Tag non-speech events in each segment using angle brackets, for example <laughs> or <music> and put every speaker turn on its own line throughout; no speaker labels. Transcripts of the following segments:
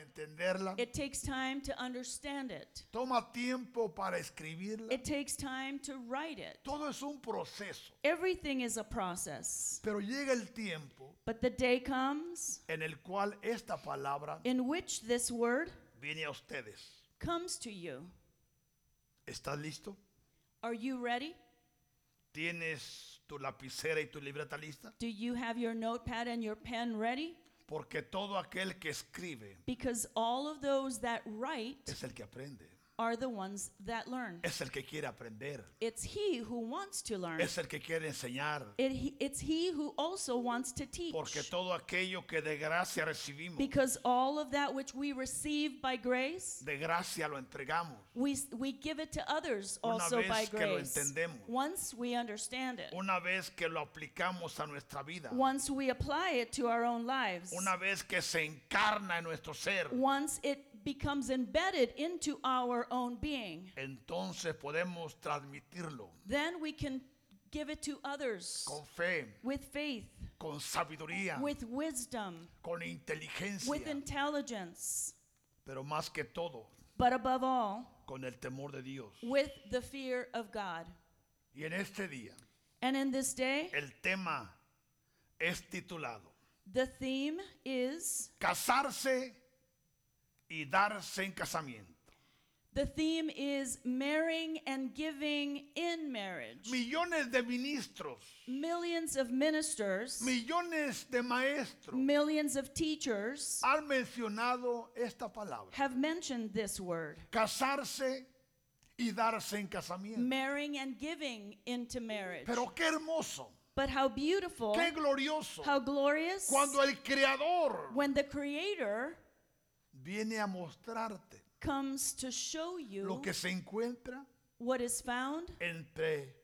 entenderla.
It takes time to understand it.
Toma tiempo para escribirla.
It takes time to write it.
Todo es un proceso.
Everything is a process.
Pero llega el tiempo
But the day comes
en el cual esta palabra
in which this word
viene a ustedes.
comes to you.
¿Estás listo?
Are you ready?
¿Tienes tu lapicera y tu libreta lista?
Do you have your notepad and your pen ready?
Porque todo aquel que escribe
Because all of those that write
es el que aprende,
are the ones that learn.
es el que quiere aprender,
It's he who wants to learn.
es el que quiere enseñar.
It, he- it's he who also wants to teach.
Porque todo aquello que de gracia recibimos,
Because all of that which we receive by grace,
de gracia lo entregamos.
we, s- we give it to others
Una
also by
vez que lo
grace.
entendemos.
Once we understand it,
Una vez que lo aplicamos a nuestra vida,
once we apply it to our own lives,
una vez que se encarna en nuestro ser,
once it becomes embedded into our own being,
entonces podemos transmitirlo
then we can give it to others
con fe,
with faith,
con sabiduría,
with wisdom,
con inteligencia,
with intelligence,
pero más que todo,
but above all,
con el temor de Dios.
with the fear of God.
Y en este día,
And in this day,
el tema es titulado
the theme is
Casarse y darse en casamiento.
The theme is marrying and giving in marriage.
Millones de ministros,
Millions of ministers,
millones de maestros
millions of teachers
han mencionado esta palabra.
have mentioned this word
casarse y darse en casamiento.
marrying and giving into marriage.
Pero qué hermoso,
But how beautiful,
qué glorioso
how glorious
cuando el Creador
when the Creator
viene a mostrarte
comes to
lo
show you
que se encuentra
what is found,
entre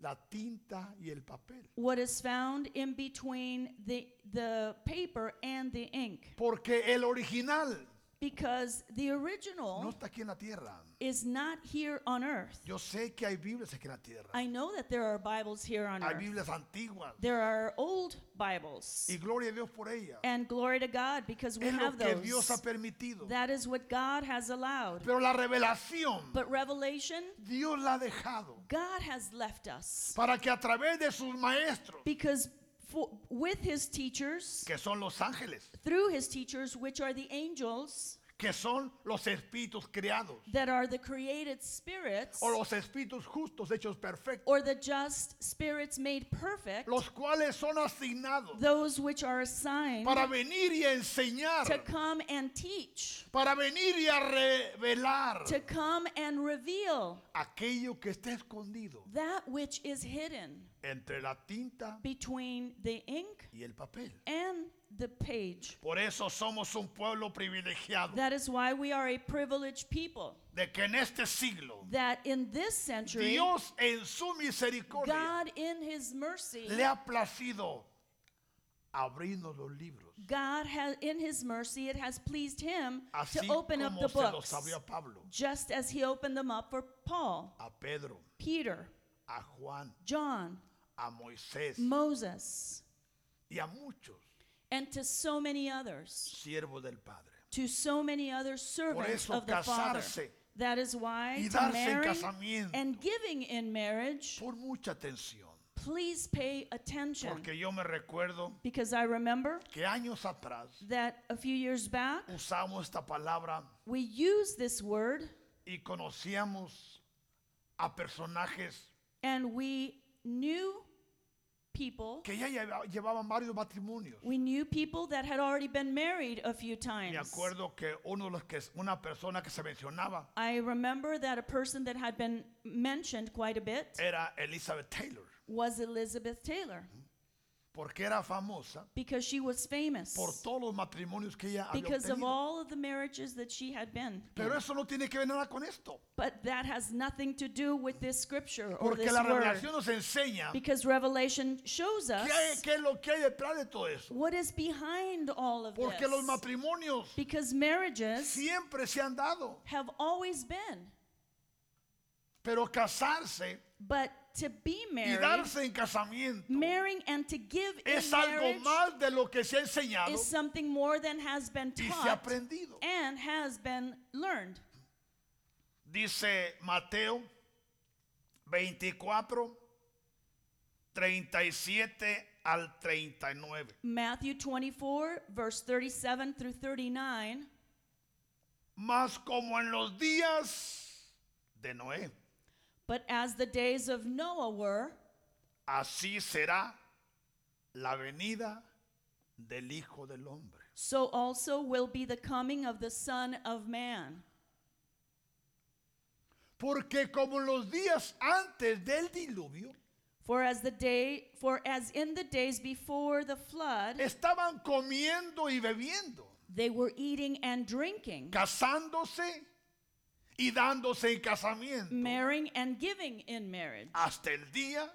la tinta y el papel.
what is found in between the, the paper and the ink.
Porque el original
Because the
no
original
está aquí en la tierra.
is not here on earth.
Yo sé que hay Biblias aquí en la tierra.
I know that there are Bibles here on
Hay
earth.
Biblias antiguas.
There are old Bibles.
Y gloria a Dios por ellas.
And glory to God because we
Es lo
have
que Dios ha
those.
permitido.
That is what God has allowed.
Pero la revelación,
But revelation,
Dios la ha dejado.
God has left us.
Para que a través de sus maestros
Because for, with his teachers,
que son los ángeles,
through his teachers, which are the angels
que son los espíritus creados
that are the created spirits
o los espíritus justos hechos perfectos,
or the just spirits made perfect,
los cuales son asignados
those which are assigned
para venir y
to
enseñar,
come and teach,
para venir y a revelar
to come and reveal
aquello que está escondido
that which is hidden
entre la tinta
between the ink
y el papel.
and the page.
Por eso somos un pueblo privilegiado
That is why we are a privileged people.
de que en este siglo
That in this century,
Dios en su misericordia
God in His mercy,
le ha placido abrirnos los libros.
God has in His mercy, it has pleased Him
Así
to open up
como
the
se los
books,
abrió a Pablo,
just as He opened them up for Paul,
a Pedro,
Peter,
a Juan,
John,
a Moisés
Moses,
y a muchos
and to so many others,
siervos del Padre.
to so many other servants
eso,
of the Father.
casarse
That is why
y
to
darse en
marry
casamiento.
and giving in marriage
Por mucha atención,
Please pay attention
porque yo me recuerdo
because I remember
que años atrás
that a few years back
usamos esta palabra
we used this word
y conocíamos a personajes
and we knew people.
que ya lleva- llevaban varios matrimonios.
We knew people that had already been married a few times.
Me acuerdo que uno de los que una persona que se mencionaba
I remember that a person that had been mentioned quite a bit
era Elizabeth Taylor,
was Elizabeth Taylor
porque era famosa
because she was famous
por todos los matrimonios que ella había
because of
obtenido.
all of the marriages that she had been.
Pero
in.
eso no tiene que ver nada con esto.
But that has nothing to do with this scripture or
Porque
this
la
word.
revelación nos enseña qué,
Because Revelation shows
hay-
us
qué es lo que hay detrás de todo eso.
what is behind all of
Porque los
this.
matrimonios
Because marriages
siempre se han dado,
have always been,
Pero casarse
But to be
y
married,
darse en casamiento
marrying and to give in
es algo
marriage
más de lo que se ha enseñado
is something more than has been
y se ha
taught
aprendido.
and has been learned.
Dice Mateo 24, 37 al 39.
Matthew 24, verse 37 through 39.
Mas como en los días de Noé,
But as the days of Noah were,
así será la venida del Hijo del Hombre.
so also will be the coming of the Son of Man.
Porque como en los días antes del diluvio,
For as the day, for as in the days before the flood,
estaban comiendo y bebiendo,
they were eating and drinking,
casándose y dándose en casamiento.
marrying and giving in marriage,
hasta el día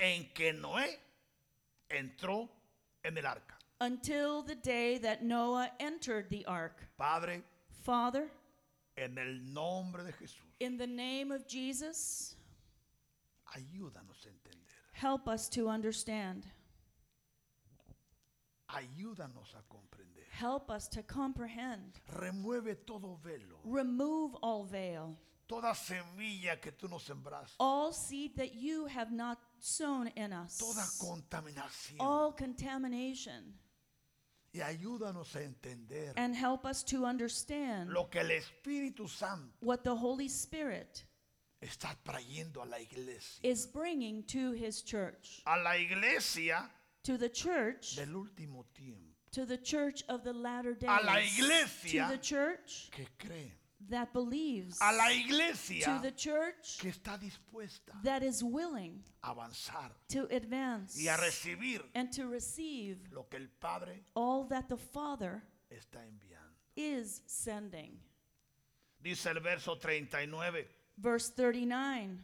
en que Noé entró en el arca.
until the day that Noah entered the ark.
Padre,
Father,
en el nombre de Jesús,
in the name of Jesus,
ayúdanos a entender,
help us to understand.
ayúdanos a comprender.
Help us to comprehend.
Remueve todo velo,
Remove all veil,
toda semilla que tú nos sembraste,
all seed that you have not sown in
toda
us,
contaminación.
all contamination,
Y ayúdanos a entender
and help us to understand
lo que el Espíritu Santo
what the Holy Spirit
está trayendo a la iglesia.
is bringing to his church,
A la iglesia
to the church,
del último tiempo.
to the church of the latter days,
A la
to the
iglesia
church
que cree.
that believes,
A la
to
iglesia
the church
que está dispuesta
that is willing
a avanzar
to advance
y a recibir
and to receive
lo que el Padre
all that the Father
está enviando.
is sending.
Dice el verso 39.
Verse 39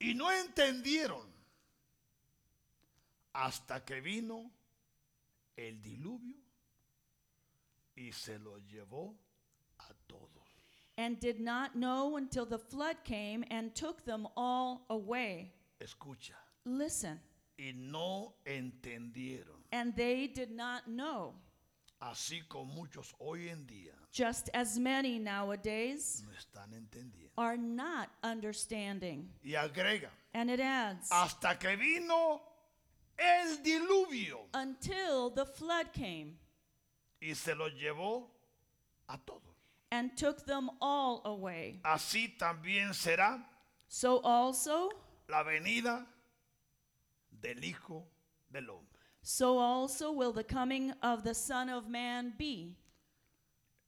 Y no entendieron hasta que vino el diluvio y se lo llevó a todos.
and did not know until the flood came and took them all away.
Escucha.
Listen,
Y no entendieron.
and they did not know,
Así como muchos hoy en día
just as many nowadays
no están entendiendo.
are not understanding.
Y agrega.
And it adds,
hasta que vino el diluvio
until the flood came
y se los llevó a todos.
and took them all away.
Así también será
So also,
la venida del Hijo del Hombre.
so also will the coming of the Son of Man be.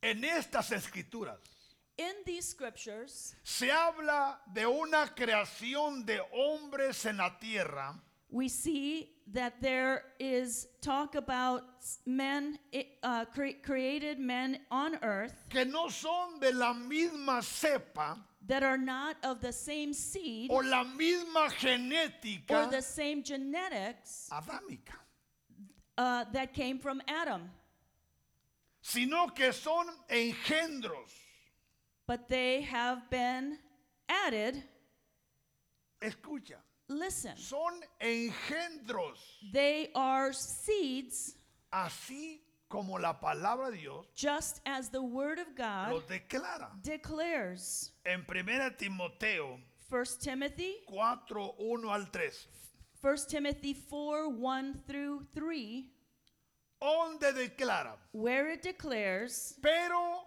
En estas escrituras
In these scriptures,
se habla de una creación de hombres en la tierra
we see that there is talk about s- men i- uh, cre- created men on earth
que no son de la misma cepa
that are not of the same seed
o la misma
or
genética
the same genetics
adámica,
uh, that came from Adam,
sino que son engendros
but they have been added.
Escucha,
Listen,
son engendros,
they are seeds,
así como la palabra de Dios
just as the Word of God
los declara.
declares.
En 1 Timoteo
1 Timothy,
4, 1 al 3,
1 Timothy 4 1 through 3.
donde declara,
where it declares,
pero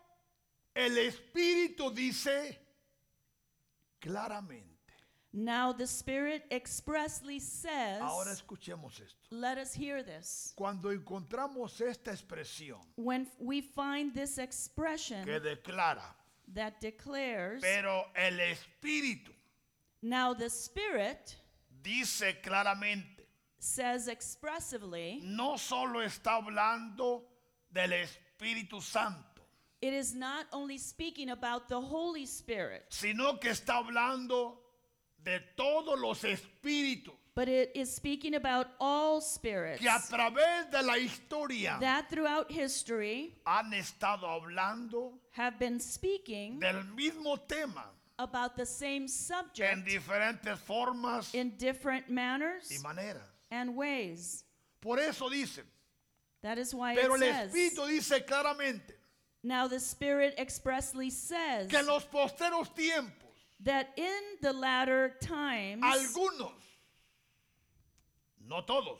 el Espíritu dice claramente.
Now the Spirit expressly says,
Ahora escuchemos esto.
let us hear this.
Cuando encontramos esta expresión
When f- we find this
que
expression
declara,
that declares,
pero el Espíritu
Now the Spirit
dice claramente,
says expressively,
no solo está hablando del Espíritu Santo,
it is not only speaking about the Holy Spirit,
sino que está hablando de todos los espíritus
but it is speaking about all spirits
que a través de la historia
that throughout history
han estado hablando
have been speaking
del mismo tema
about the same
en
subject
diferentes formas
in different
y
manners
maneras.
and ways.
Por eso dice,
That is why
pero
it
el
says.
Espíritu dice claramente
Now the Spirit expressly says
que en los posteros tiempos
that in the latter times,
algunos, no todos,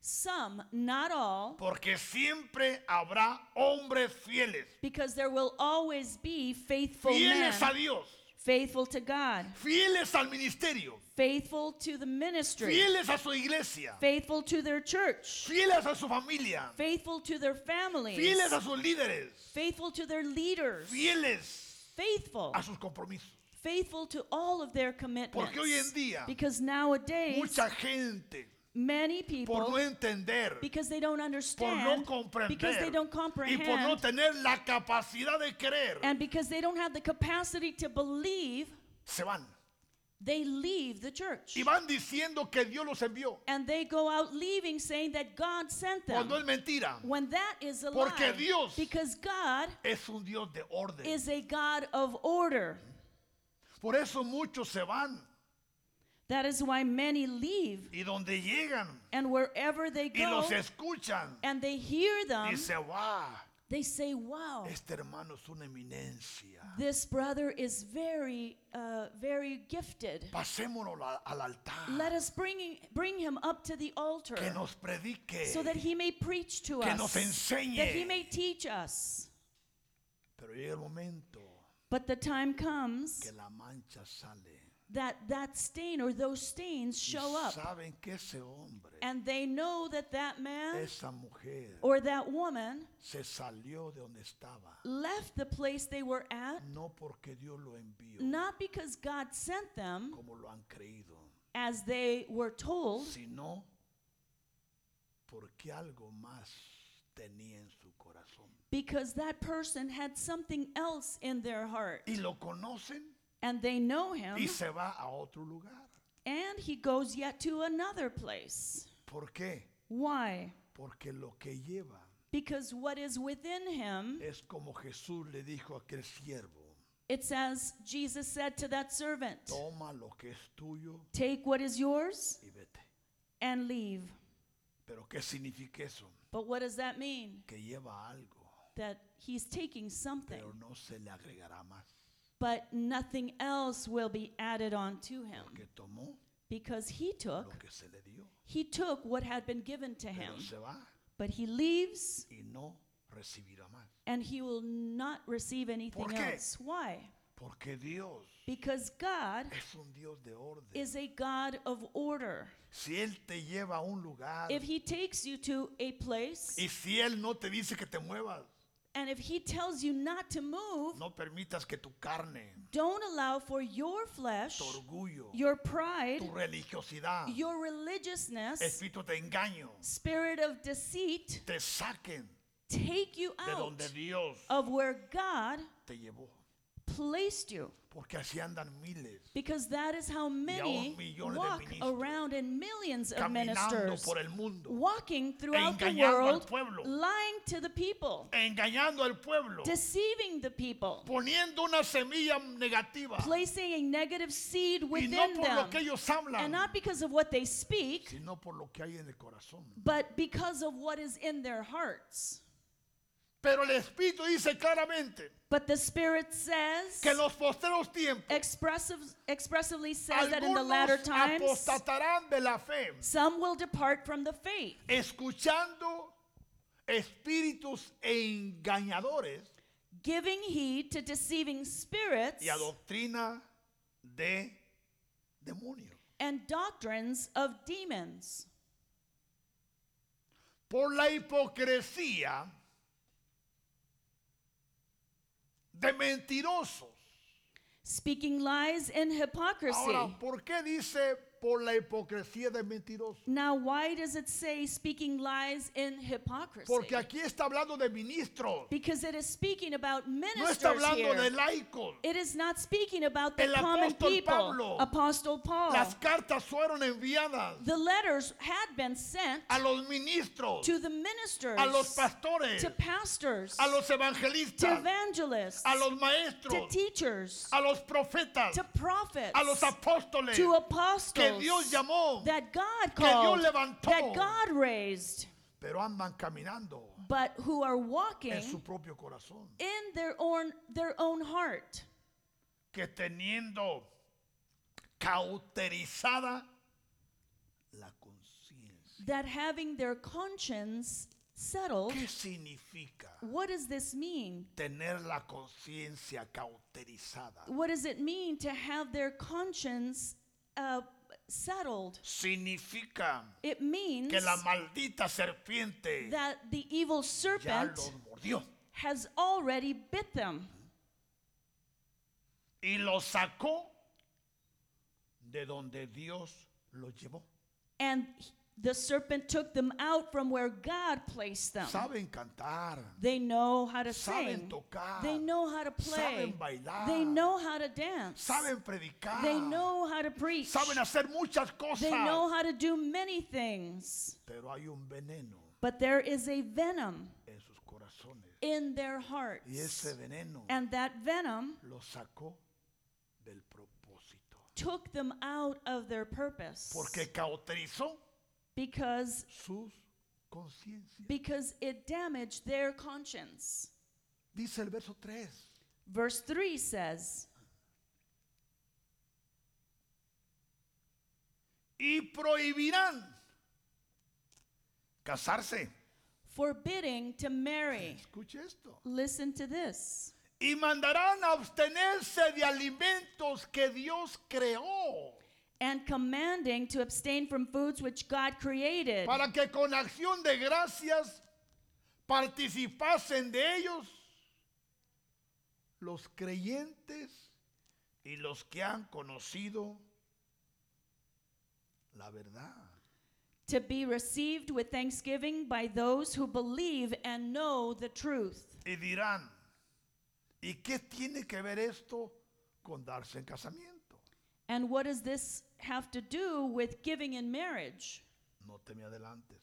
some, not all,
porque siempre habrá hombres fieles,
because there will always be faithful men,
fieles a Dios,
faithful to God,
fieles al ministerio,
faithful to the ministry,
fieles a su iglesia,
faithful to their church,
fieles a su familia,
faithful to their families,
fieles a sus líderes,
faithful to their leaders,
fieles
faithful,
a sus compromisos.
faithful to all of their commitments.
Ah. Porque hoy en día
because nowadays,
mucha gente
many
por
people,
no entender,
because they don't
por
understand,
no
because they
comprender
don't
y
comprehend,
por no tener la capacidad de creer,
and because they don't have the capacity to believe,
se van.
they leave the church.
Y van diciendo que Dios los envió.
And they go out leaving saying that God sent them.
Cuando es mentira,
When that is a
Porque
lie,
Dios
because God
es un Dios de orden.
is a God of order.
Por eso muchos se van
That is why many leave,
y donde llegan
and wherever they
y
go,
los escuchan
and they hear them,
y se va.
they say, "Wow,
Este hermano es una eminencia.
this brother is very, uh, very gifted.
Pasémonos la- al
Let
altar.
us bring bring him up to the altar."
Que nos predique.
so that he may preach to
Que
us,
nos enseñe.
that he may teach us.
Pero llega el momento
But the time comes
que la mancha sale.
that that stain or those stains
Y
show up,
saben que ese hombre,
and they know that that man
esa mujer,
or that woman
se salió de donde estaba.
left the place they were at
No porque Dios lo envió,
not because God sent them
como lo han creído,
as they were told,
sino porque algo más tenía en su corazón.
because that person had something else in their heart,
Y lo conocen
and they know him,
y se va a otro lugar.
and he goes yet to another place.
¿Por qué?
Why?
Porque lo que lleva
Because what is within him
es como Jesús le dijo a aquel siervo,
It says, Jesus said to that servant,
toma lo que es tuyo
Take what is yours
y vete.
and leave.
Pero ¿qué significa eso?
But what does that mean?
Que lleva algo,
That he's taking something,
pero no se le agregará más.
but nothing else will be added on to him.
Porque tomó
Because he
lo
took,
que se le dio,
he took what had been given to him.
pero se va
But he leaves
y no recibirá más.
and he will not receive
¿Por
anything
qué?
else. Why?
Porque Dios
Because God
es un Dios de orden.
is a God of order.
Si Él te lleva a un lugar
If he takes you to a place
y si Él no te dice que te muevas,
and if he tells you not to move,
no permitas que tu carne,
Don't allow for your flesh,
tu orgullo,
your pride,
tu religiosidad,
your religiousness,
espíritu de engaño,
spirit of deceit
te saquen
take you
de
out
donde Dios
of where God
te llevó.
placed you.
Porque así andan miles
Because that is how many
millones de
walk
ministros
around in millions of
caminando
ministers,
por el mundo,
walking throughout the
engañando al
world,
pueblo.
lying to the people,
engañando al pueblo,
deceiving the people,
poniendo una semilla negativa
placing a negative seed
y no
within
por lo que
them.
ellos
And
hablan,
not because of what they speak,
sino por lo que hay en el corazón.
but because of what is in their hearts.
Pero el Espíritu dice claramente
But the Spirit says,
que en los posteros tiempos
expressive, expressively says that in the latter
algunos
times,
apostatarán de la fe,
some will depart from the faith,
escuchando espíritus e engañadores
giving heed to deceiving spirits
y a doctrina de demonios.
and doctrines of demons
Por la hipocresía de mentirosos.
speaking lies and hypocrisy.
Ahora, ¿por qué dice por la hipocresía del mentiroso.
Now, why does it say speaking lies in hypocrisy?
Porque aquí está hablando de ministros.
Because it is speaking about
No está
ministers
hablando de
here.
laicos.
It is not speaking about the
El
common
apóstol
people.
Pablo.
Apostle Paul.
Las cartas fueron enviadas
the letters had been sent
a los ministros,
to the ministers,
a los pastores,
to pastors,
a los
to
evangelistas,
evangelists,
a los
to
maestros,
teachers,
a los profetas,
to prophets,
a los apóstoles
to apostles
que Dios llamó,
that God
que Dios
called,
levantó.
that God raised,
pero andan caminando
but who are
en
walking
su propio corazón,
in their own their own heart,
que teniendo cauterizada la conciencia.
that having their conscience settled.
¿Qué significa
What does this mean?
tener la conciencia cauterizada?
What does it mean to have their conscience uh, settled?
Significa
It means
que la maldita serpiente
that the evil
ya
serpent
los mordió
has already bit them
y los sacó de donde Dios los llevó.
and he- the serpent took them out from where God placed them.
Saben cantar,
They know how to
saben
sing.
tocar,
They know how to play.
saben bailar,
They know how to dance.
saben predicar,
They know how to preach.
saben hacer muchas
They know
cosas,
how to do many things.
pero hay un veneno
But there is a venom
en sus corazones
in their
y
hearts.
ese veneno
And that venom
los sacó del propósito
took them out of their purpose.
porque cauterizó
Because
sus conciencias.
because it damaged their conscience.
Dice el verso 3.
Verse 3 says,
y prohibirán casarse.
forbidding to marry.
Escuche esto.
Listen to this.
Y mandarán a abstenerse de alimentos que Dios creó
And commanding to abstain from foods which God created,
para que con acción de gracias participasen de ellos los creyentes y los que han conocido la verdad.
to be received with thanksgiving by those who believe and know the truth.
Y dirán, ¿y qué tiene que ver esto con darse en casamiento?
And what does this have to do with giving in marriage?
No te me adelantes,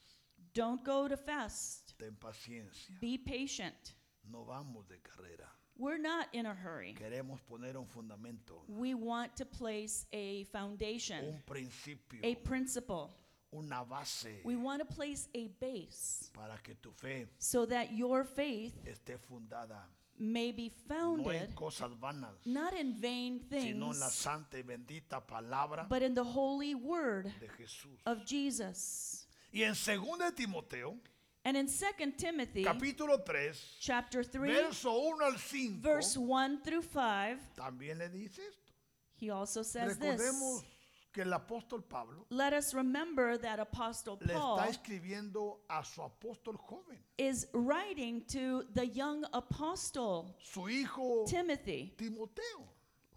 Don't go to fast.
ten paciencia.
Be patient.
No vamos de carrera.
We're not in a hurry.
Queremos poner un fundamento,
We want to place a foundation,
un principio,
a principle.
una base
We want to place a base
para que tu fe
so that your faith
esté fundada
may be
no en
founded
cosas vanas,
not in vain
sino en la
things,
santa y bendita palabra
but uh, in the holy word
de Jesús.
of Jesus.
Y en 2 de Timoteo,
And in 2 Timothy
capítulo 3,
chapter 3,
verso 1 al 5,
verse 1 through 5,
también le dice esto.
he also says
Recordemos
this.
que el apóstol Pablo
Let us remember that Apostle
le está
Paul
escribiendo a su apóstol joven,
is writing to the young apostle
su hijo
Timothy,
Timoteo.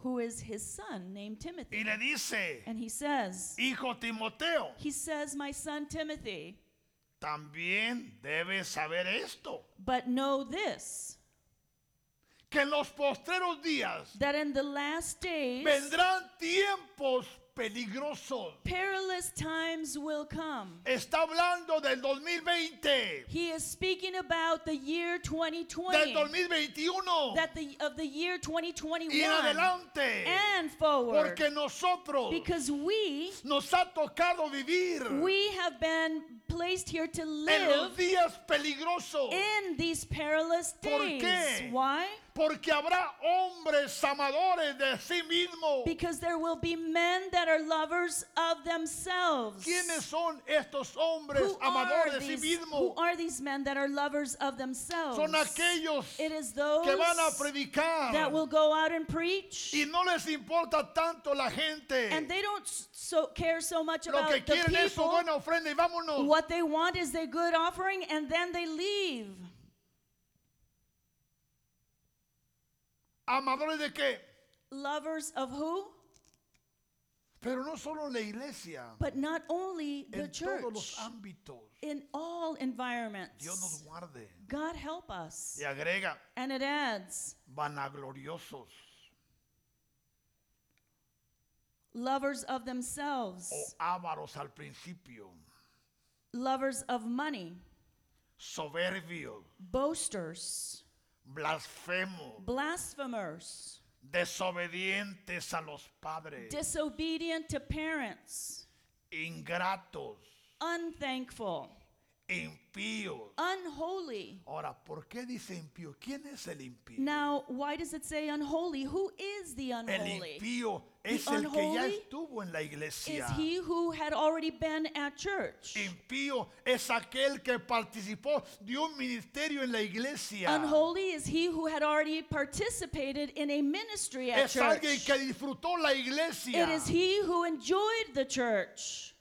who is his son named Timothy.
Y le dice,
And he says,
hijo Timoteo,
He says, My son Timothy,
también debes saber esto,
but know this,
que en los postreros días
that in the last days
vendrán tiempos peligrosos.
perilous times will come.
Está hablando del 2020,
He is speaking about the year
del
2020,
2021
that the of the year
y en
2021
adelante,
and forward,
porque nosotros
because we
nos ha tocado vivir
we have been placed here to
en los
live
días peligrosos.
in these perilous
¿Por
days.
qué?
Why?
Porque habrá hombres amadores de sí mismos.
Because there will be men that are lovers of themselves.
¿Quiénes son estos hombres
who
amadores
are,
de sí
these, who
mismos?
are these men that are lovers of themselves?
Son aquellos
it is those
que van a
that
predicar
will go out and preach,
y no les importa tanto la
and
gente.
they don't s- so care so much
Lo
about
que
the
quieren es su
people.
buena ofrenda y vámonos.
What they want is their good offering, and then they leave.
¿Amadores de qué?
Lovers of who?
Pero no solo en la iglesia,
but not only the
en
church,
todos los ámbitos.
in all environments.
Dios nos guarde.
God help us.
Y agrega,
And it adds
vanagloriosos
lovers of themselves,
o ávaros al principio,
lovers of money,
soberbios,
boasters,
blasfemos,
blasphemers,
desobedientes a los padres,
disobedient to parents,
ingratos,
unthankful,
impíos.
unholy.
Ahora, ¿por qué dice impío? ¿Quién es el impío?
Now, why does it say unholy? Who is the
el
unholy?
impío
The
es el que ya
unholy
estuvo en la
Is
iglesia.
he who had already been at church.
Impío es aquel que participó de un ministerio en la iglesia.
Unholy is he who had already participated in a ministry at
es
church.
alguien que disfrutó la iglesia.
It is he who enjoyed the church.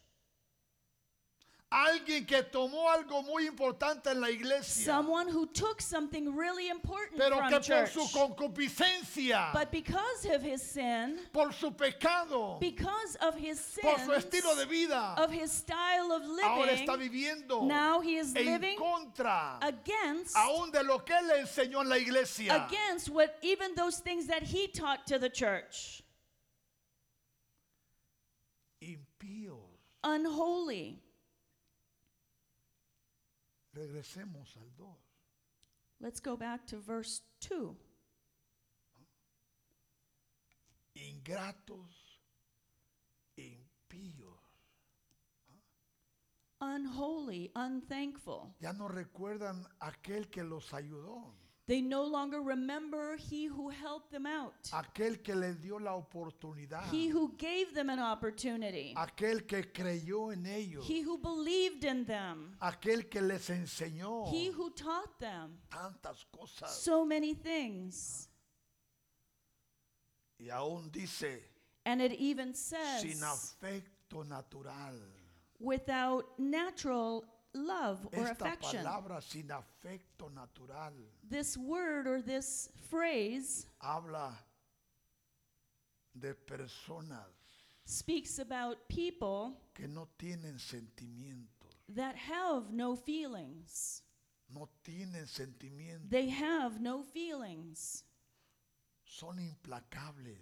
Alguien que tomó algo muy importante en la iglesia,
Someone who took something really important
pero que
from
por
church.
su concupiscencia,
But because of his sin,
por su pecado,
because of his
por su
sins,
estilo de vida,
of his style of
ahora está
living,
viviendo
now he is
en
living
contra
against
aún de lo que le enseñó en la iglesia.
against what even those things that he taught to the church.
Impíos.
Unholy.
Regresemos al 2.
Let's go back to verse 2.
Ingratos, impíos.
Unholy, unthankful.
Ya no recuerdan aquel que los ayudó,
They no longer remember he who helped them out,
aquel que les dio la oportunidad,
he who gave them an opportunity,
aquel que creyó en ellos,
he who believed in them,
aquel que les enseñó
he who taught them
tantas cosas.
so many things.
y aún dice,
And it even
sin
says,
afecto natural.
without natural love or
Esta
affection.
palabra sin afecto natural
This word or this phrase
habla de personas
speaks about people
que no tienen sentimientos,
that have no feelings.
no tienen sentimientos,
They have no feelings.
son implacables,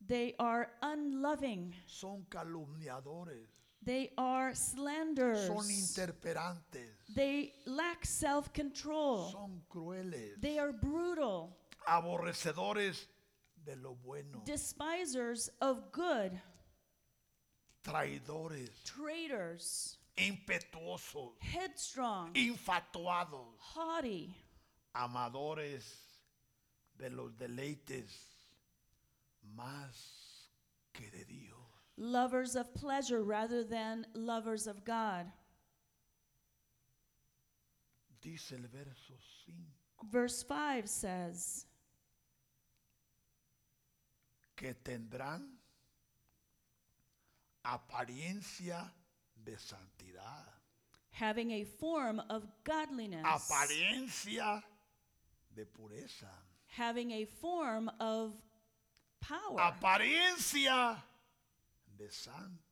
They are unloving.
son calumniadores,
They are
son
slanderers.
interperantes,
They lack self control.
son crueles,
They are brutal,
aborrecedores de lo bueno,
despisers of good,
traidores,
traitors,
impetuosos,
headstrong,
infatuados.
haughty,
amadores de los deleites más que de Dios.
lovers of pleasure rather than lovers of God.
Dice el verso 5,
Verse 5 says,
que tendrán apariencia de santidad,
having a form of godliness,
Ah, apariencia de pureza,
having a form of
Ah.
power,
apariencia de santos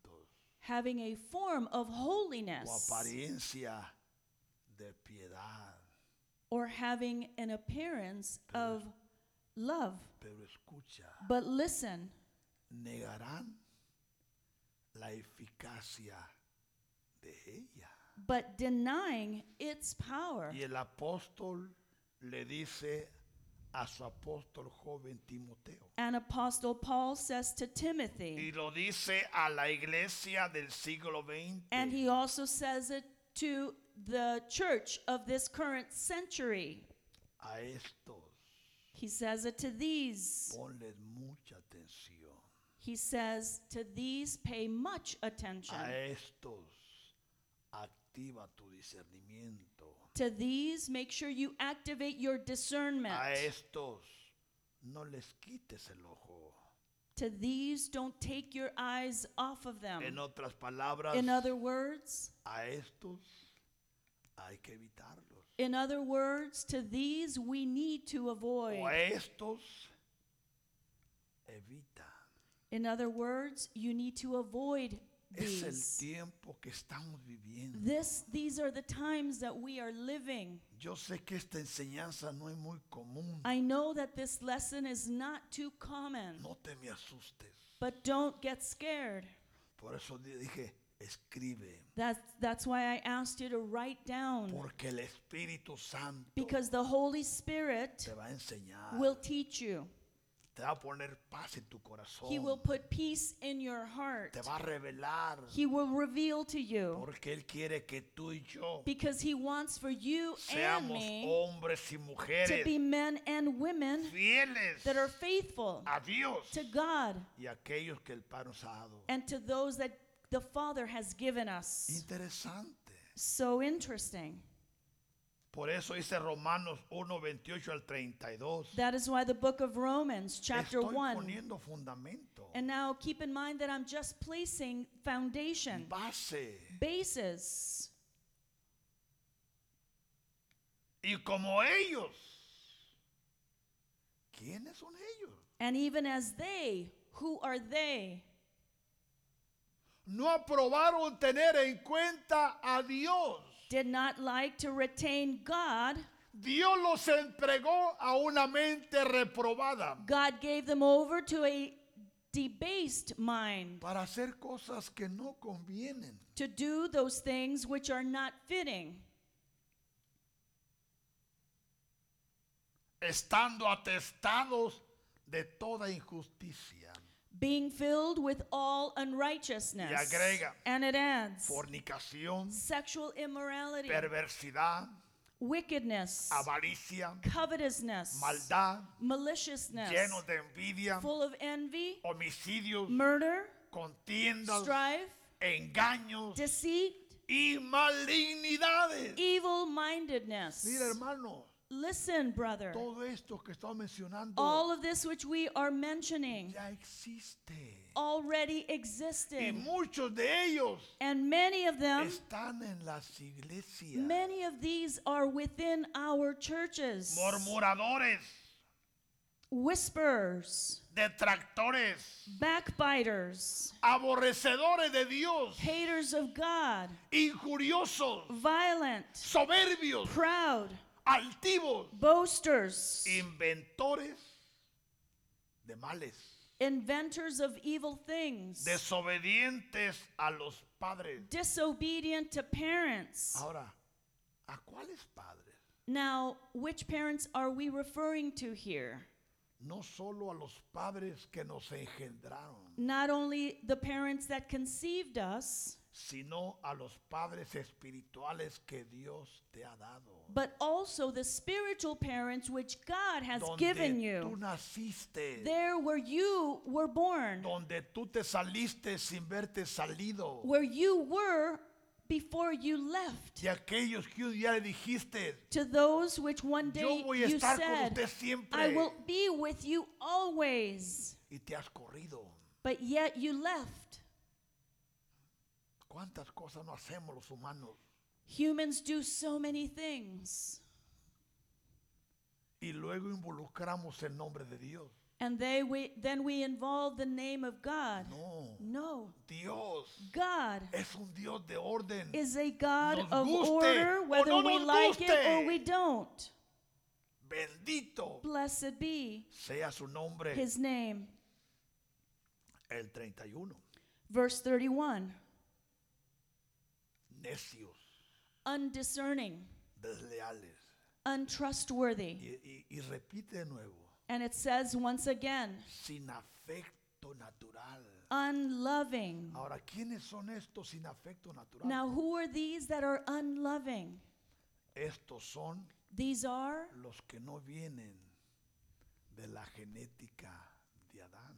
having a form of
o
holiness,
apariencia de piedad.
or having an appearance of love.
Pero escucha,
But listen,
negarán la eficacia de ella.
but denying its power.
Y el apóstol le dice a su apóstol joven Timoteo.
And Apostle Paul says to
Y
Timothy,
lo dice a la iglesia del siglo XX.
and he also says it to the church of this current century.
a estos
He says it to these.
ponles mucha atención.
He says, To these pay much attention.
A estos activa tu discernimiento.
To these, make sure you activate your discernment.
A estos no les quites el ojo.
To these, don't take your eyes off of them.
En otras palabras,
In other words,
A estos hay que evitarlos.
in other words, to these we need
O
to
a
avoid.
estos evita.
In other words, you need to avoid
Es el
these.
tiempo que estamos viviendo.
This, these are the times that we are living.
Yo sé que esta enseñanza no es muy común.
I know that this lesson is not too common,
No te me asustes.
but don't get scared.
Por eso di- dije, escribe.
That's, that's why I asked you to write down,
Porque el Espíritu Santo
because the Holy Spirit
te va a enseñar.
will teach you.
Te va a poner paz en tu corazón.
He will put peace in your heart.
Te va a revelar.
He will reveal to you,
Porque Él quiere que tú y yo
because He wants for you and
seamos
me
hombres y
to be
mujeres
men and women
fieles
that are faithful
a Dios
to God
y a aquellos que el Padre nos ha dado.
and to those that the Father has given us.
Interesante.
So interesting.
Por eso dice Romanos 1, 28 al 32.
That is why the book of Romans, chapter
Estoy
1.
poniendo fundamento,
And now keep in mind that I'm just placing foundation,
base.
bases.
Y como ellos, ¿quiénes son ellos?
And even as they, who are they?
No aprobaron tener en cuenta a Dios.
Did not like to retain God,
Dios los entregó a una mente reprobada
God gave them over to a debased mind
para hacer cosas que no convienen.
to do those things which are not fitting,
estando atestados de toda injusticia,
being filled with all unrighteousness.
agrega,
and it adds
fornicación,
sexual immorality,
perversidad,
wickedness,
avaricia,
covetousness,
maldad,
maliciousness,
llenos de envidia,
full of envy,
homicidios,
murder,
contiendas,
strife,
engaños
deceit,
y malignidades.
evil mindedness.
Mira, hermano,
Listen, brother,
todo esto que estamos mencionando
all of this which we are mentioning
ya existe.
already
Y
existed,
muchos de ellos
and many of them,
están en las iglesias.
many of these are within our churches.
Murmuradores,
Whisperers,
detractores,
backbiters,
aborrecedores de Dios,
haters of God,
injuriosos,
violent,
soberbios,
proud,
altivos,
boasters,
inventores de males,
inventors of evil things,
desobedientes a los padres.
disobedient to parents.
Ahora, ¿a cuáles padres?
Now, which parents are we referring to here?
No solo a los padres que nos engendraron,
Not only the parents that conceived us,
sino a los padres espirituales que Dios te ha dado.
but also the spiritual parents which God has given
Donde tú
you.
naciste,
There where you were born,
donde tú te saliste sin verte salido.
where you were before you left.
de aquellos que un día le dijiste,
To those which one day
yo voy a
you
estar con
said,
usted
I
siempre.
will be with you always,
Y te has corrido.
but yet you left.
¿Cuántas cosas no hacemos los humanos?
Humans do so many things,
Y luego involucramos el nombre de Dios.
and they we, then we involve the name of God.
No,
No,
Dios
God
es un Dios de orden.
is a God
Nos
of
guste
order,
o
whether
no
we
nos
like it or
guste.
we don't.
Bendito
Blessed be
sea su nombre.
his name.
El 31.
Verse 31
Necios,
undiscerning,
desleales.
untrustworthy.
Y, y- y repite de nuevo,
And it says once again,
sin afecto natural.
unloving.
Ahora, ¿quiénes son estos sin afecto natural?
Now, who are these that are unloving?
Estos son
These are
los que no vienen de la genética de Adán.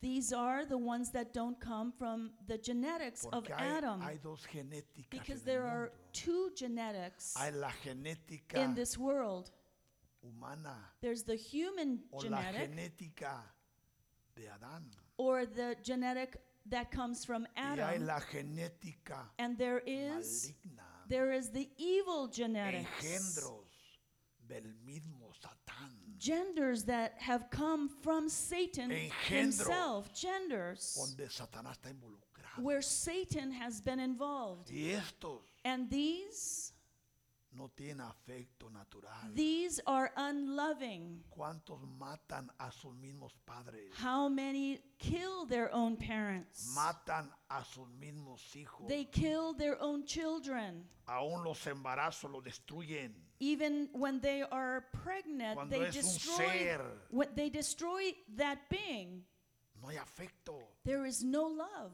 these are the ones that don't come from the genetics of
Porque hay,
Adam
hay dos genéticas
because
en el
there are
mundo.
two genetics
Hay la genética
in this world.
humana
There's the human
o la
genetic
genética de Adán.
or the genetic that comes from
Y hay
Adam
la genética
and there is
maligna.
there is the evil genetics.
Engendros del mismo Satán.
genders that have come from Satan
Engendro.
himself, genders
donde Satanás está involucrado.
where Satan has been involved.
Y estos
And these,
no tienen afecto natural.
these are unloving.
¿Cuántos matan a sus mismos padres?
How many kill their own parents?
Matan a sus mismos hijos.
They kill their own children.
Aún los embarazos los destruyen.
Even when they are pregnant,
Cuando
they
es un
destroy
ser.
what they destroy that being.
No hay afecto.
There is no love.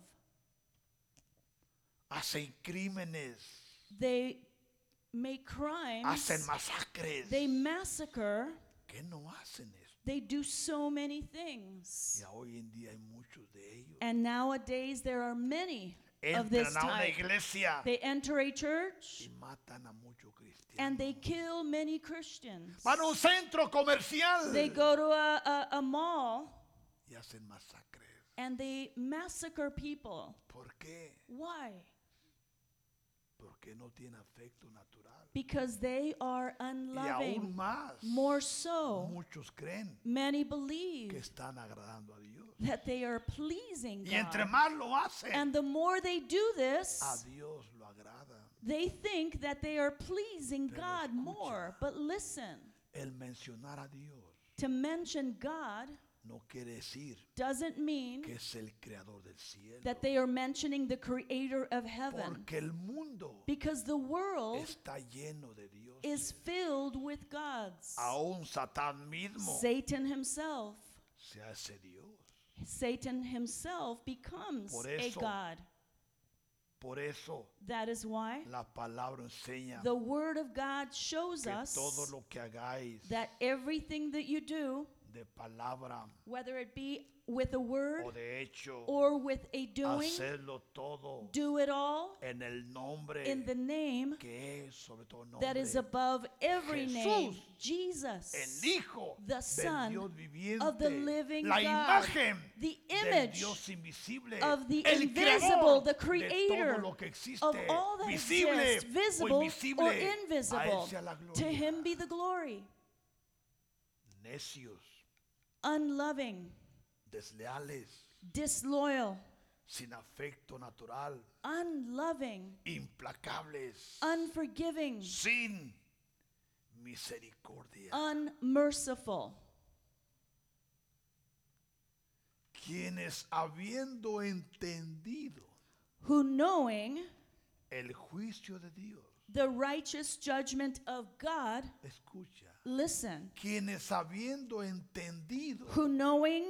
Hacen crímenes.
They make crimes.
Hacen masacres.
They massacre.
¿Qué no hacen eso?
They do so many things.
Y hoy en día hay muchos de ellos.
And nowadays there are many of this
Entran a una
type.
iglesia
They enter a
y
church
matan a muchos cristianos.
and they kill many Christians.
Van a un centro comercial
They go to a, a, a mall
y hacen masacres.
and they massacre people.
¿Por qué?
Why?
Porque no tiene afecto natural.
Because they are
Y aún
unloving.
más,
More so,
muchos creen
many
que
believe
están agradando a Dios.
that they are pleasing
Y entre
God.
más Ah, lo hacen,
And the more they do
a
this,
Dios lo agrada.
they think that they are pleasing
Pero
God more. But listen,
El mencionar a Dios
to mention God
no quiere decir
doesn't
que
mean
es el creador del cielo.
that they are mentioning the creator of heaven
Porque el mundo
because the world
está lleno de Dios.
is filled with gods.
Aún Satán mismo
Satan himself,
se hace Dios.
Satan himself becomes
Por
a
eso-
god.
Por eso
That is why
la palabra enseña
the word of God shows
que
us
todo lo que hagáis
that everything that you do,
de palabra
whether it be with a word
o de hecho,
or with a doing,
hacerlo todo
do it all
en el
in the
nombre
name
que es sobre todo nombre
that is above every name,
Jesús,
Jesus,
el hijo
the
del
Son
Dios
of the
viviente
living
la
God,
imagen
the
del
image
Dios invisible
of the
el
invisible,
creador de
the
todo
creator
lo que existe
of all that
visible
exists,
o
visible
invisible
or
a él
invisible.
sea la
To
gloria
him be the glory.
necios
Unloving,
desleales
disloyal,
sin afecto natural
unloving,
implacables
unforgiving,
sin misericordia
unmerciful.
quienes habiendo entendido
Who knowing
el juicio de Dios,
the righteous judgment of God,
escucha,
listen,
quienes habiendo entendido
who knowing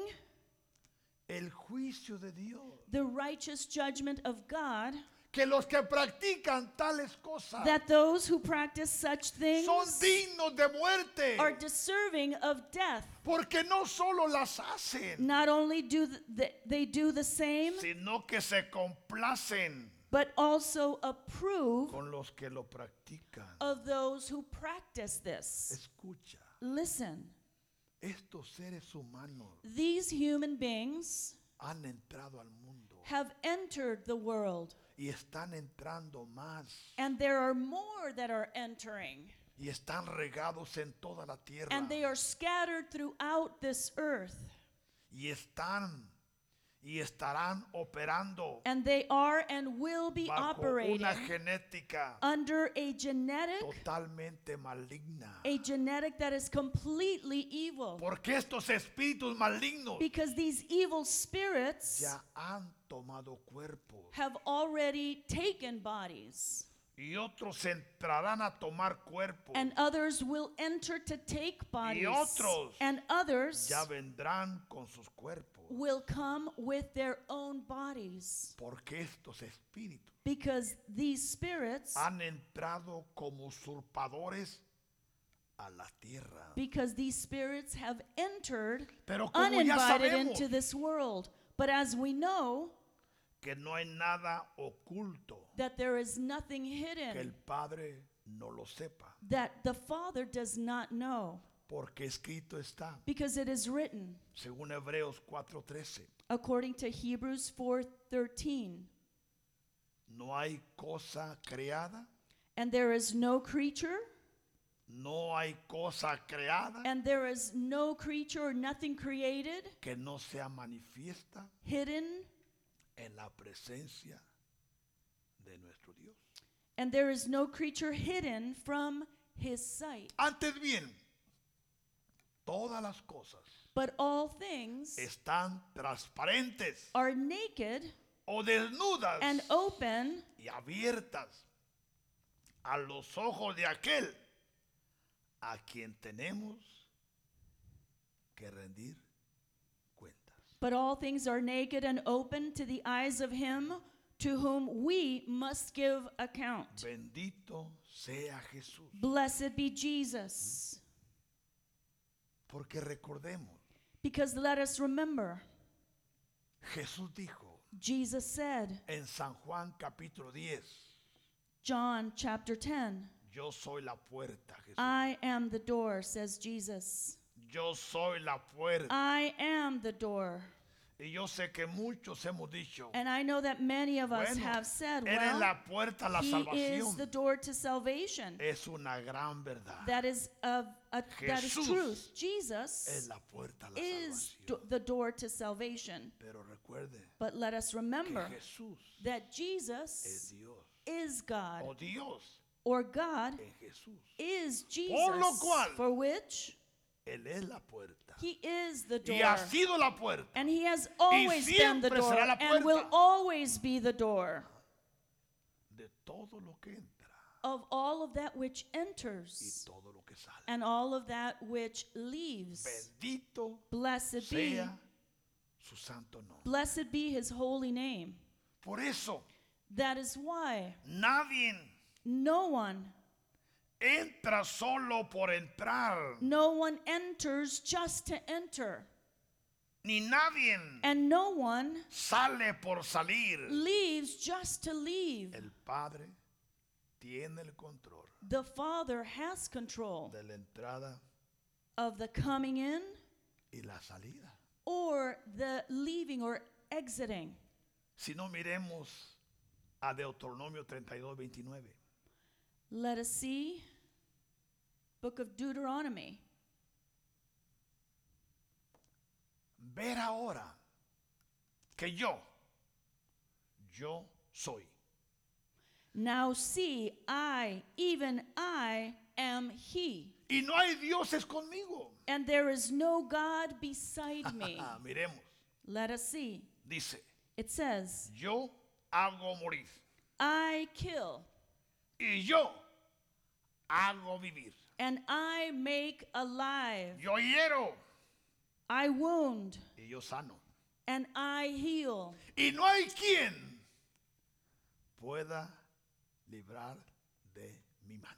el juicio de Dios,
the righteous judgment of God,
que los que practican tales cosas
that those who practice such things
son dignos de muerte,
are deserving of death.
porque no solo las hacen,
Not only do th- th- they do the same,
sino que se complacen
but also approve
con los que lo practican.
of those who practice this.
Escucha,
Listen,
estos seres humanos
these human beings
han entrado al mundo
have entered the world,
y están entrando más.
and there are more that are entering,
y están regados en toda la tierra
and they are scattered throughout this earth,
y están y estarán operando
and they are and will be
bajo
operating
una genética
under a genetic,
totalmente maligna.
a genetic that is completely evil,
Porque estos espíritus malignos
because these evil spirits.
ya han tomado cuerpo
have already taken bodies,
y otros entrarán a tomar cuerpo.
and others will enter to take bodies,
otros
and others
Ya vendrán con sus cuerpos.
will come with their own bodies,
Porque estos espíritus
because these spirits,
han entrado como usurpadores a la tierra.
because these spirits have entered
Pero como ya
uninvited
sabemos
into this world. But as we know,
que no hay nada oculto
that there is nothing
que el
hidden
Padre no lo sepa,
that the Father does not know,
porque escrito está,
because it is written,
según Hebreos 4:13,
according to Hebrews 4:13.
no hay cosa creada,
And there is no creature,
No hay cosa creada
And there is no creature or nothing created
que no sea manifiesta
hidden,
en la presencia de nuestro Dios.
and there is no creature hidden from his sight.
Antes bien, todas las cosas
But all things
están transparentes
are naked
o desnudas
and open
y abiertas a los ojos de aquel a quien tenemos que rendir cuentas.
But all things are naked and open to the eyes of him to whom we must give account.
Bendito sea Jesús,
Blessed be Jesus.
porque recordemos,
Because let us remember,
Jesús dijo
Jesus said,
en San Juan capítulo 10,
John chapter 10,
Yo soy la puerta, Jesús.
I am the door, says Jesus.
Yo soy la puerta.
I am the door.
Y yo sé que muchos hemos dicho,
And I know that many of us
bueno,
have said,
eres
well,
la puerta a la
he is
salvación.
the door to salvation.
Es una gran verdad.
That is, of a, that is
Jesús
truth.
Es
Jesus
la puerta a la
is do-
salvación.
the door to salvation.
Pero recuerde
But let us
que
remember
Jesús
that
es
Jesus
Dios.
is
O
God,
Dios
or God
es Jesús.
is
Por lo
Jesus,
cual-
for which
Él es la puerta.
He is the
Y ha
door.
sido la puerta.
And He has always been the
siempre será
door
la
and will
puerta.
always be the door
De todo lo que entra
of all of that which
y
enters
todo lo que sale.
and all of that which leaves.
Bendito
Blessed be,
sea su santo nombre.
blessed be His holy name.
Por eso,
That is why
nadie
no one,
entra solo por entrar,
no one enters just to enter,
ni nadie
and no one
sale por salir.
leaves just to leave.
El Padre tiene el control
The Father has control
de la entrada
of the coming in
y la salida.
or the leaving or exiting.
Si no miremos a Deuteronomio 32, 29.
Let us see Book of Deuteronomy.
Ver ahora que yo, yo soy,
Now see, I, even I, am He,
y no hay dioses conmigo.
and there is no God beside
<laughs>
me.
Ah, miremos,
Let us see.
dice,
It says,
yo hago morir
I kill,
y yo hago vivir.
and I make alive.
Yo hiero
I wound,
y yo sano.
and I heal.
Y no hay quien pueda librar de mi mano.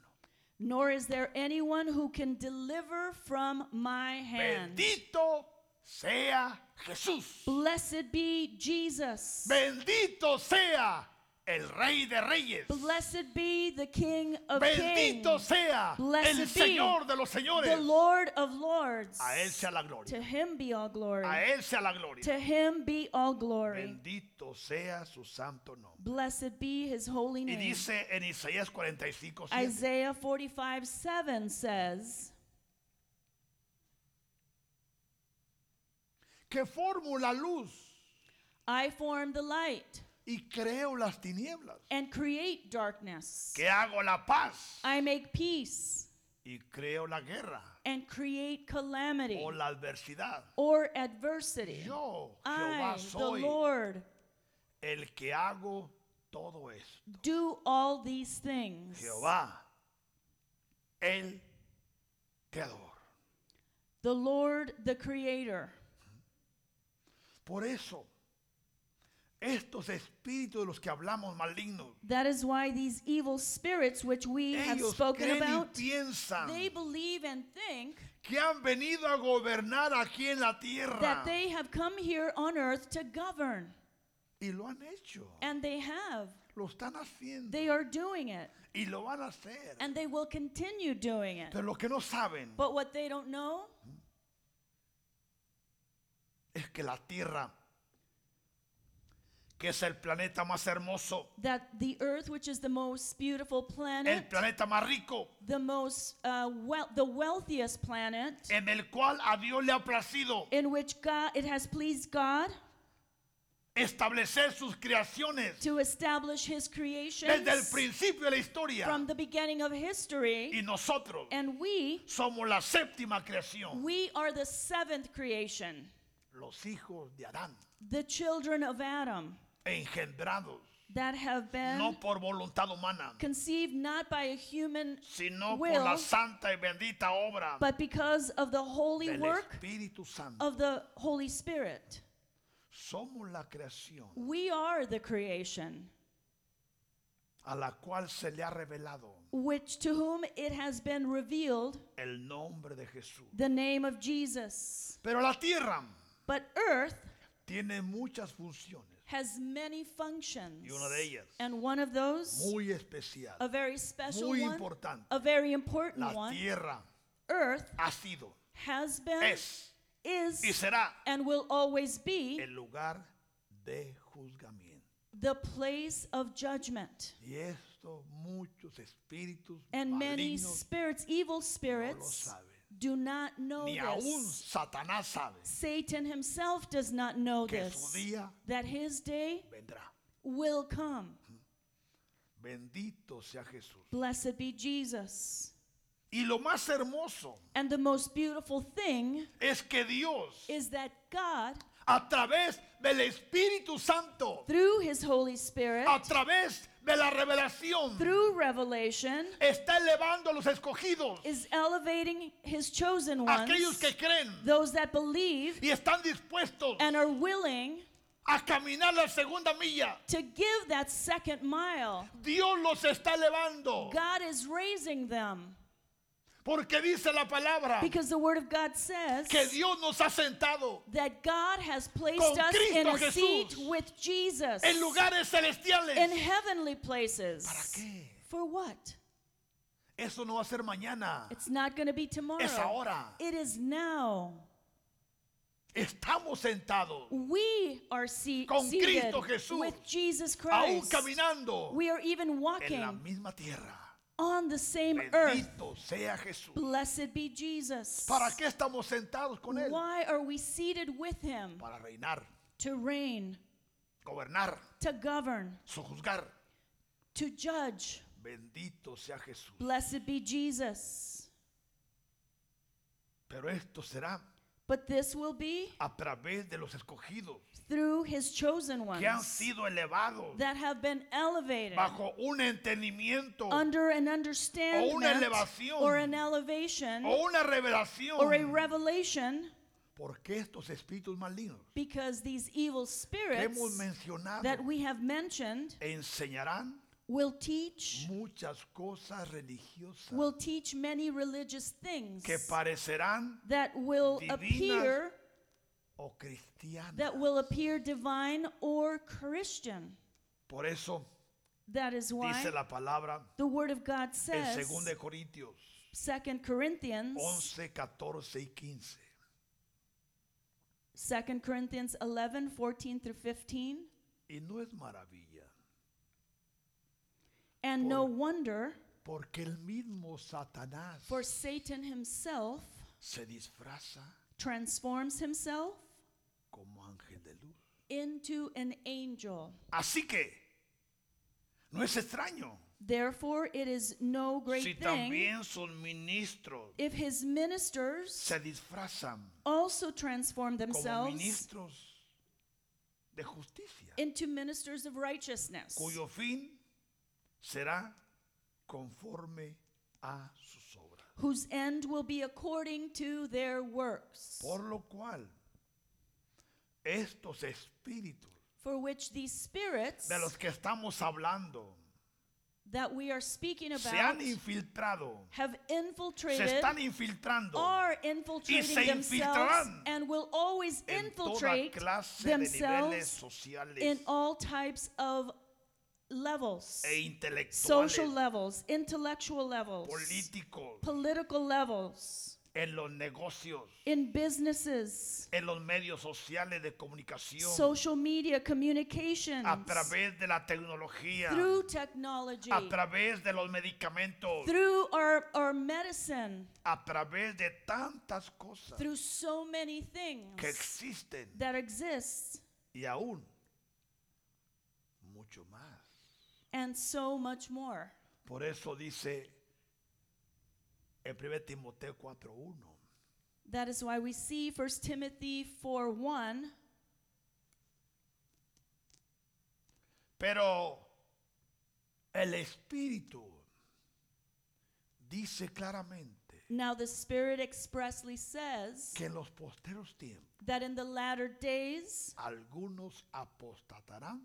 Nor is there anyone who can deliver from my hand.
Bendito sea Jesús.
Blessed be Jesus.
Bendito sea el Rey de Reyes.
Blessed be the King of
Bendito
Kings,
sea
Blessed
el
be
Señor de los
the
señores.
Lord of Lords.
A Él sea la
To
gloria.
him be all glory.
A Él sea la gloria.
To him be all glory.
Bendito sea su santo nombre.
Blessed be his holy
Y
name.
dice en Isaías 45,
Isaiah 45 7 says,
que formo la luz
I form the light
y creo las tinieblas.
and create darkness.
Que hago la paz
I make peace
y creo la guerra
and create calamity
o la adversidad.
or adversity.
Yo, Jehová,
I, the
soy
Lord,
el que hago todo esto.
do all these things.
Jehová, el creador.
The Lord, the Creator.
Por eso, estos espíritus de los que hablamos malignos,
That is why these evil spirits, which we have
ellos
spoken
creen
about,
y piensan
they believe and think
que han venido a gobernar aquí en la tierra.
that they have come here on earth to govern.
Y lo han hecho.
And they have.
Lo están haciendo.
They are doing it.
Y lo van a hacer.
And they will continue doing it.
Pero lo que no saben
But what they don't know
es que la tierra que es el planeta más hermoso,
that the earth, which is the most beautiful planet,
el planeta más rico,
the most uh, well, the wealthiest planet,
en el cual a Dios le ha placido
in which God it has pleased God
establecer sus creaciones
to establish His creation
desde el principio de la historia.
from the beginning of history,
Y nosotros
and we
somos la séptima creación,
we are the seventh creation,
los hijos de Adán,
the children of Adam
engendrados
that have been
no por voluntad humana,
conceived not by a human,
sino por
will,
la santa y bendita obra
but because of the holy
del
work
Espíritu Santo.
of the Holy Spirit.
Somos la creación
We are the creation,
a la cual se le ha revelado
which to whom it has been revealed
el nombre de Jesús.
the name of Jesus.
Pero la tierra
But earth
tiene muchas funciones
has many functions.
Y una de ellas.
And one of those,
muy especiales.
a very special
Muy
one,
importante.
a very important
La
one.
tierra
Earth
ha sido,
has been,
es y
is,
será
and will always be
el lugar de juzgamiento.
the place of judgment.
Y esto muchos espíritus
And many
malignos
spirits, evil spirits,
saben.
do not know
ni aún
this.
Satanás sabe
Satan himself does not know
que su
this,
día
that his day
vendrá.
will come.
Bendito sea Jesús.
Blessed be Jesus.
Y lo más hermoso
And the most beautiful thing
es que Dios,
is that God,
a través del Espíritu Santo,
through his Holy Spirit,
a través de la revelación,
through revelation,
está elevando a los escogidos,
is elevating his chosen
aquellos
ones,
que creen
those that believe
y están dispuestos
and are willing
a caminar la segunda milla.
to give that second mile.
Dios los está elevando
God is raising them
porque dice la palabra
because the Word of God says
que Dios nos ha sentado
that God has placed
Con
us
Cristo
in a
Jesús.
seat with Jesus
en lugares
in
celestiales.
heavenly places.
¿Para qué?
For what?
Eso no va a ser mañana.
It's not going to be tomorrow.
Es ahora.
It is now.
Estamos sentados,
We are se-
Con
seated
Cristo Jesús.
with Jesus
aún
Christ.
caminando
We are even
en la
walking
misma tierra.
on the same earth.
Bendito sea Jesús.
Blessed be Jesus.
¿Para qué estamos sentados con Él?
Why are we seated with him?
Para reinar,
To reign,
gobernar,
to govern,
sojuzgar.
to judge.
Bendito sea Jesús.
Blessed be Jesus.
Pero esto será
But this will be
a través de los escogidos
through his chosen
que han
ones
sido elevados
that have been elevated
bajo un entendimiento o
under an understanding
elevación.
or an elevation
una
or a
revelación.
revelation
Porque estos espíritus malignos
because these evil
que
spirits
hemos mencionado
that we have mentioned
enseñarán
will teach
muchas cosas religiosas
will teach many religious things
que parecerán
that will
divinas
appear
o cristianas.
that will appear divine or Christian.
Por eso
That is why
dice la palabra
the word of God
en
says
2 de Corintios
2 Corinthians
11, 14 y 15.
2 Corinthians 11, 14 through 15.
Y no es maravilla,
And no wonder,
porque el mismo Satanás
for Satan himself
se disfraza
transforms himself
como ángel de luz.
into an angel.
Así que no es extraño
Therefore, it is no great
si
thing
también sus ministros
if his ministers
se disfrazan
also transform
como
themselves
ministros de justicia,
into ministers of righteousness,
cuyo fin será conforme a sus obras.
whose end will be according to their works,
Por lo cual, estos espíritus
for which these spirits
de los que estamos hablando
that we are speaking
se
about
han infiltrado,
have infiltrated.
se están infiltrando
are infiltrating
se
themselves
infiltrarán
and will always
en toda
infiltrate
clase de niveles
themselves in
sociales
all types of levels
e
social
intelectuales,
levels, intellectual levels,
políticos,
political levels,
en los negocios,
in businesses,
en los medios sociales de comunicación,
social media, communications,
a través de la tecnología,
through technology,
a través de los medicamentos,
through our, our medicine,
a través de tantas cosas
through so many things
que existen
that exist
y aún mucho más.
and so much more.
Por eso dice en 1 Timoteo 4.1,
That is why we see 1 Timothy 4 1.
pero el Espíritu dice claramente
Now the Spirit expressly says
que en los posteros tiempos
that in the latter days
algunos apostatarán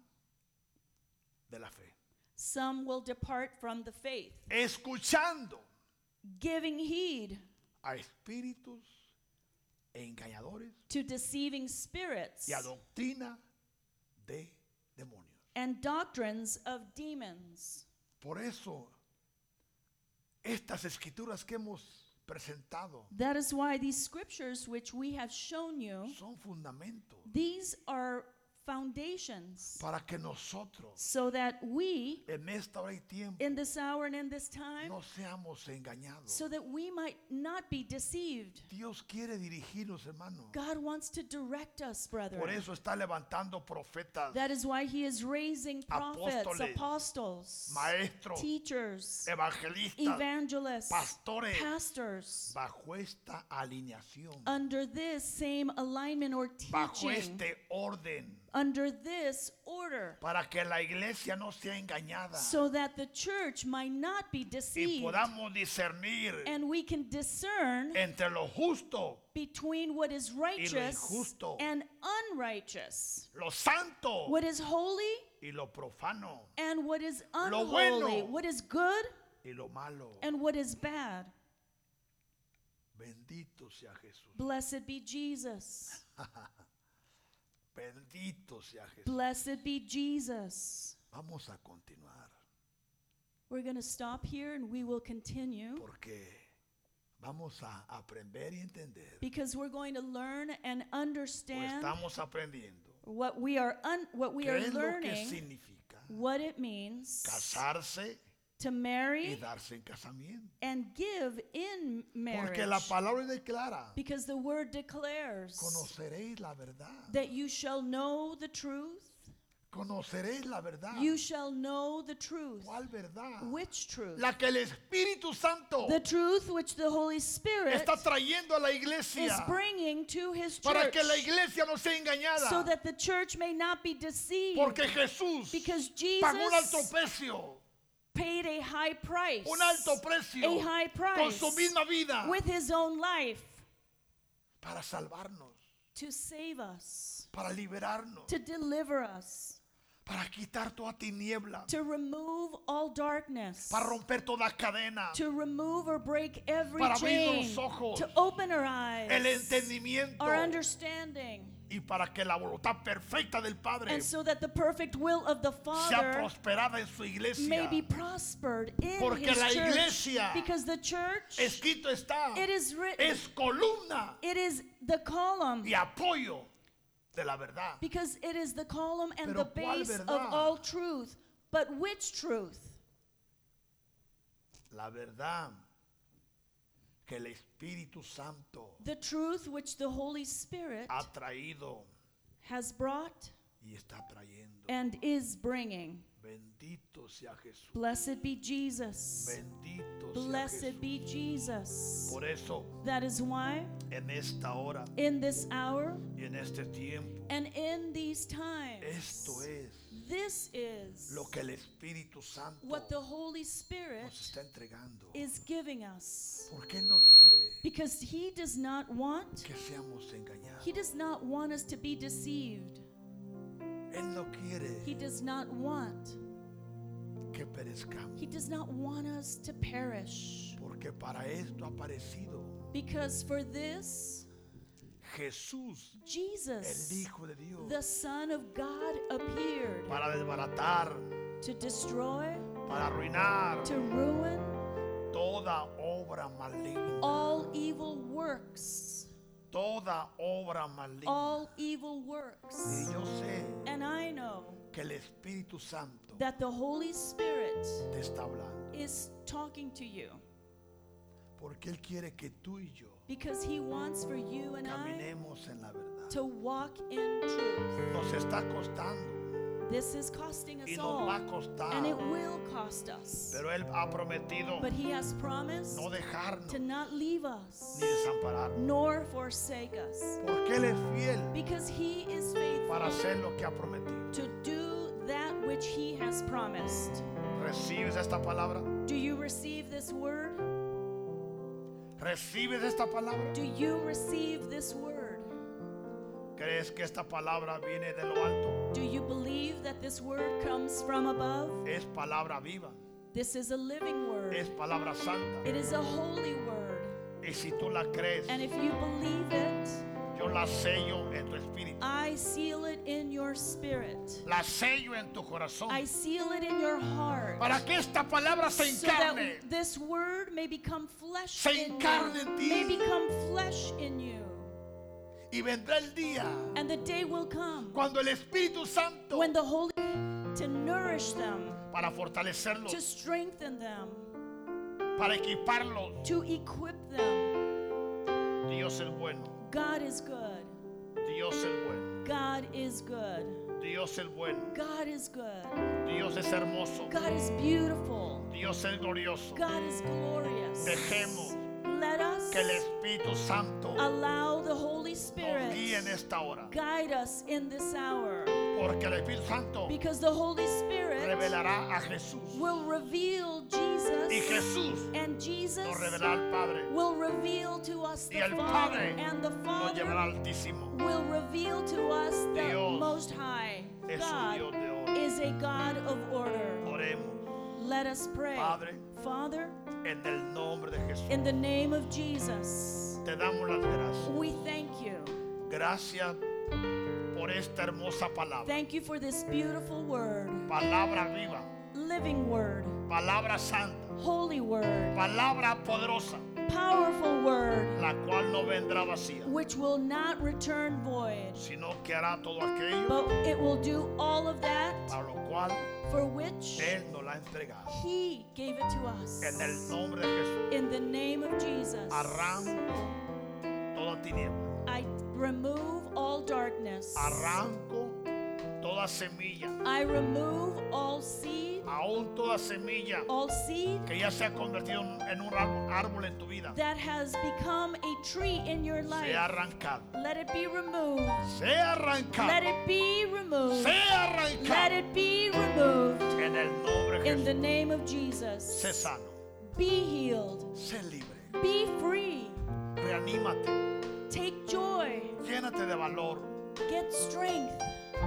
de la fe.
some will depart from the faith,
Escuchando
giving heed
a espíritus engañadores
to deceiving spirits
y a doctrina de demonios.
and doctrines of demons.
Por eso, estas escrituras que hemos presentado
That is why these scriptures which we have shown you,
son fundamentos
these are foundations
para que nosotros
so that we,
en esta hora y tiempo
in this hour and in this time,
no seamos engañados.
so that we might not be deceived.
Dios quiere dirigirnos, hermano.
God wants to direct us, brethren.
Por eso está levantando profetas,
That is why he is raising prophets,
Apóstoles,
apostles,
maestros,
teachers,
evangelistas,
evangelists,
pastores,
pastors,
bajo esta alineación,
under this same alignment or
bajo
teaching,
este orden,
under this order,
para que la iglesia no sea engañada
so that the church might not be
y
deceived
podamos Eh, discernir
and we can discern
entre lo justo,
between what is righteous
injusto.
and unrighteous,
lo santo
what is holy
y lo profano
and what is
Lo
unholy,
bueno.
what is good
y lo malo.
and what is bad.
Bendito sea Jesús.
Blessed be Jesus.
Bendito sea Jesús.
Blessed be Jesus.
Vamos a continuar
We're going to stop here and we will continue
porque vamos a aprender y entender.
because we're going to learn and
O
understand
estamos aprendiendo.
what we are un- what we
¿Qué
are
es lo que
learning,
significa
what it means
casarse
to
y
marry
darse en casamiento?
and give in marriage.
Porque la palabra declara,
Because the word declares
conoceréis la verdad.
that you shall know the truth.
Conoceréis la verdad.
You shall know the truth.
¿Cuál verdad?
Which truth?
La que el Espíritu Santo
The truth which the Holy Spirit
está trayendo a la
is
iglesia
bringing to his
para
church
que la iglesia no sea engañada.
so that the church may not be deceived
Porque Jesús
because
pagó un alto
Jesus
precio,
paid a high price
un alto precio
a high
con
price
su misma vida
with his own life
para salvarnos,
to save us
para liberarnos,
to deliver us
para quitar toda tiniebla,
to remove all darkness
para romper toda cadena,
to remove or break every
Para abrir
chain
los ojos.
to open our eyes
el entendimiento
our understanding
y para que la voluntad perfecta del Padre
and so that the perfect will of the
sea
Father
prosperada en su
may
iglesia.
be prospered in
Porque
his
la
church.
iglesia
because the church
Escrito está,
it is written
es columna
it is the column
y apoyo de la verdad.
because it is the column and
Pero
the
¿cuál
base of
verdad?
all truth but which truth
La verdad que el Espíritu Santo
the truth which the holy spirit
ha traído
has brought
y está trayendo.
and is bringing
Bendito sea Jesús.
blessed be jesus
Bendito sea
blessed
Jesús.
be jesus
Por eso,
that is why
en esta hora
in this hour
y en este tiempo,
and in these times
esto es
this is
lo que el Espíritu Santo
what the holy spirit
nos está entregando.
is giving us
¿Por qué no quiere
because he does not want
que seamos engañados?
He does not want us to be deceived.
Él no quiere
He does not want.
que perezcamos,
He does not want us to perish.
porque para esto ha aparecido
Because for this,
Jesús, el
Jesus,
Hijo de Dios,
the Son of God, appeared
para desbaratar,
to destroy,
para arruinar
to ruin
toda obra maligna,
all evil works,
toda obra maligna.
all evil works.
Y yo sé
And I know
que el Espíritu Santo
that the Holy Spirit
te está hablando,
is talking to you
porque Él quiere que tú y yo
because He wants for you and I
caminemos en la verdad.
to walk in truth.
Nos está costando
This is costing
y
us
nos va
all,
a costar,
oh, and it will cost us.
pero Él ha prometido
But He has promised
no dejarnos
to not leave us
ni desampararnos,
nor forsake us
porque Él es fiel
because He is
para
faithful
hacer lo que ha prometido.
to do that which He has promised.
¿Recibes esta palabra?
Do you receive this word?
¿Recibes esta palabra?
Do you receive this word?
¿Crees que esta palabra viene de lo alto?
Do you believe that this word comes from above?
Es palabra viva,
This is a living
es
word.
palabra santa.
It is a holy word.
Y si tú la crees,
And if you believe it,
yo la sello en tu espíritu,
I seal it in your spirit.
la sello en tu corazón,
I seal it in your heart.
para que esta palabra se
so that
encarne.
this word may become flesh
Se
in
encarne
you,
en ti.
may become flesh in you
Y vendrá el día
and the day will come
cuando el Espíritu Santo,
when the holy to nourish them
para fortalecerlos,
to strengthen them
para equiparlos,
to equip them
Dios es bueno,
god is good
Dios es bueno,
god is good
Dios es bueno,
god is good
Dios es hermoso,
god is beautiful
Dios es glorioso.
god is glorious
Dejemos
let us
Que el Espíritu Santo nos
allow the holy spirit
guíe en esta hora,
guide us in this hour
porque el Espíritu Santo
because the holy spirit
revelará a Jesús
will reveal
y
Jesus,
Jesús
and
nos
Jesus
revelará al Padre
will reveal to us
Y
the
el
Father,
Padre
and the
nos llevará
Father
al Altísimo.
will reveal to us the
Dios
Most High.
Es un Dios
God
de oro.
is a God of order.
Oremos
Let us pray.
Padre.
Father,
en el nombre de Jesús.
in the name of Jesus,
Te damos las gracias.
we thank you.
Gracias por esta hermosa palabra.
Thank you for this beautiful word,
Palabra viva,
living word,
palabra santa,
holy word,
palabra poderosa,
powerful word,
la cual no vendrá vacía,
which will not return void.
sino que hará todo aquello
But it will do all of that
a lo cual
for which
Él nos la ha entregado.
He gave it to us.
En el nombre de Jesús,
In the name of Jesus,
arranco toda tiniebla,
I remove all darkness.
arranco toda semilla,
I remove all seed,
aún toda semilla
all seed
que ya se ha convertido en en un árbol árbol en tu vida,
that has become a tree in your
se ha
life.
arrancado,
Let it be removed.
se ha
Let
arrancado,
it be
Ah.
removed.
se ha
Let
arrancado.
it be removed.
En el nombre de
In the
Jesús,
name of Jesus,
sé sano,
be healed,
sé libre,
be free,
reanímate,
take joy,
llénate de valor,
get strength.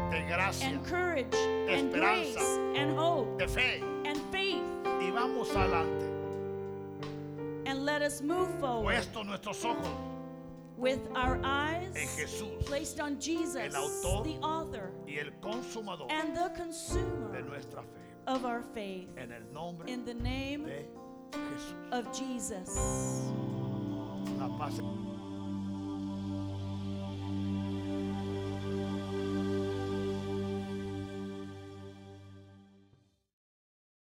de gracia,
and courage and
Esperanza.
grace and hope
de fe
and faith
y vamos adelante,
and let us move forward
puesto nuestros ojos
with our
en
eyes
Jesús.
placed on Jesus,
El autor.
the author
y el consumador
and the
de
consumer
nuestra fe.
of our faith.
En el nombre
In the name
de Jesús.
of Jesus.
La paz.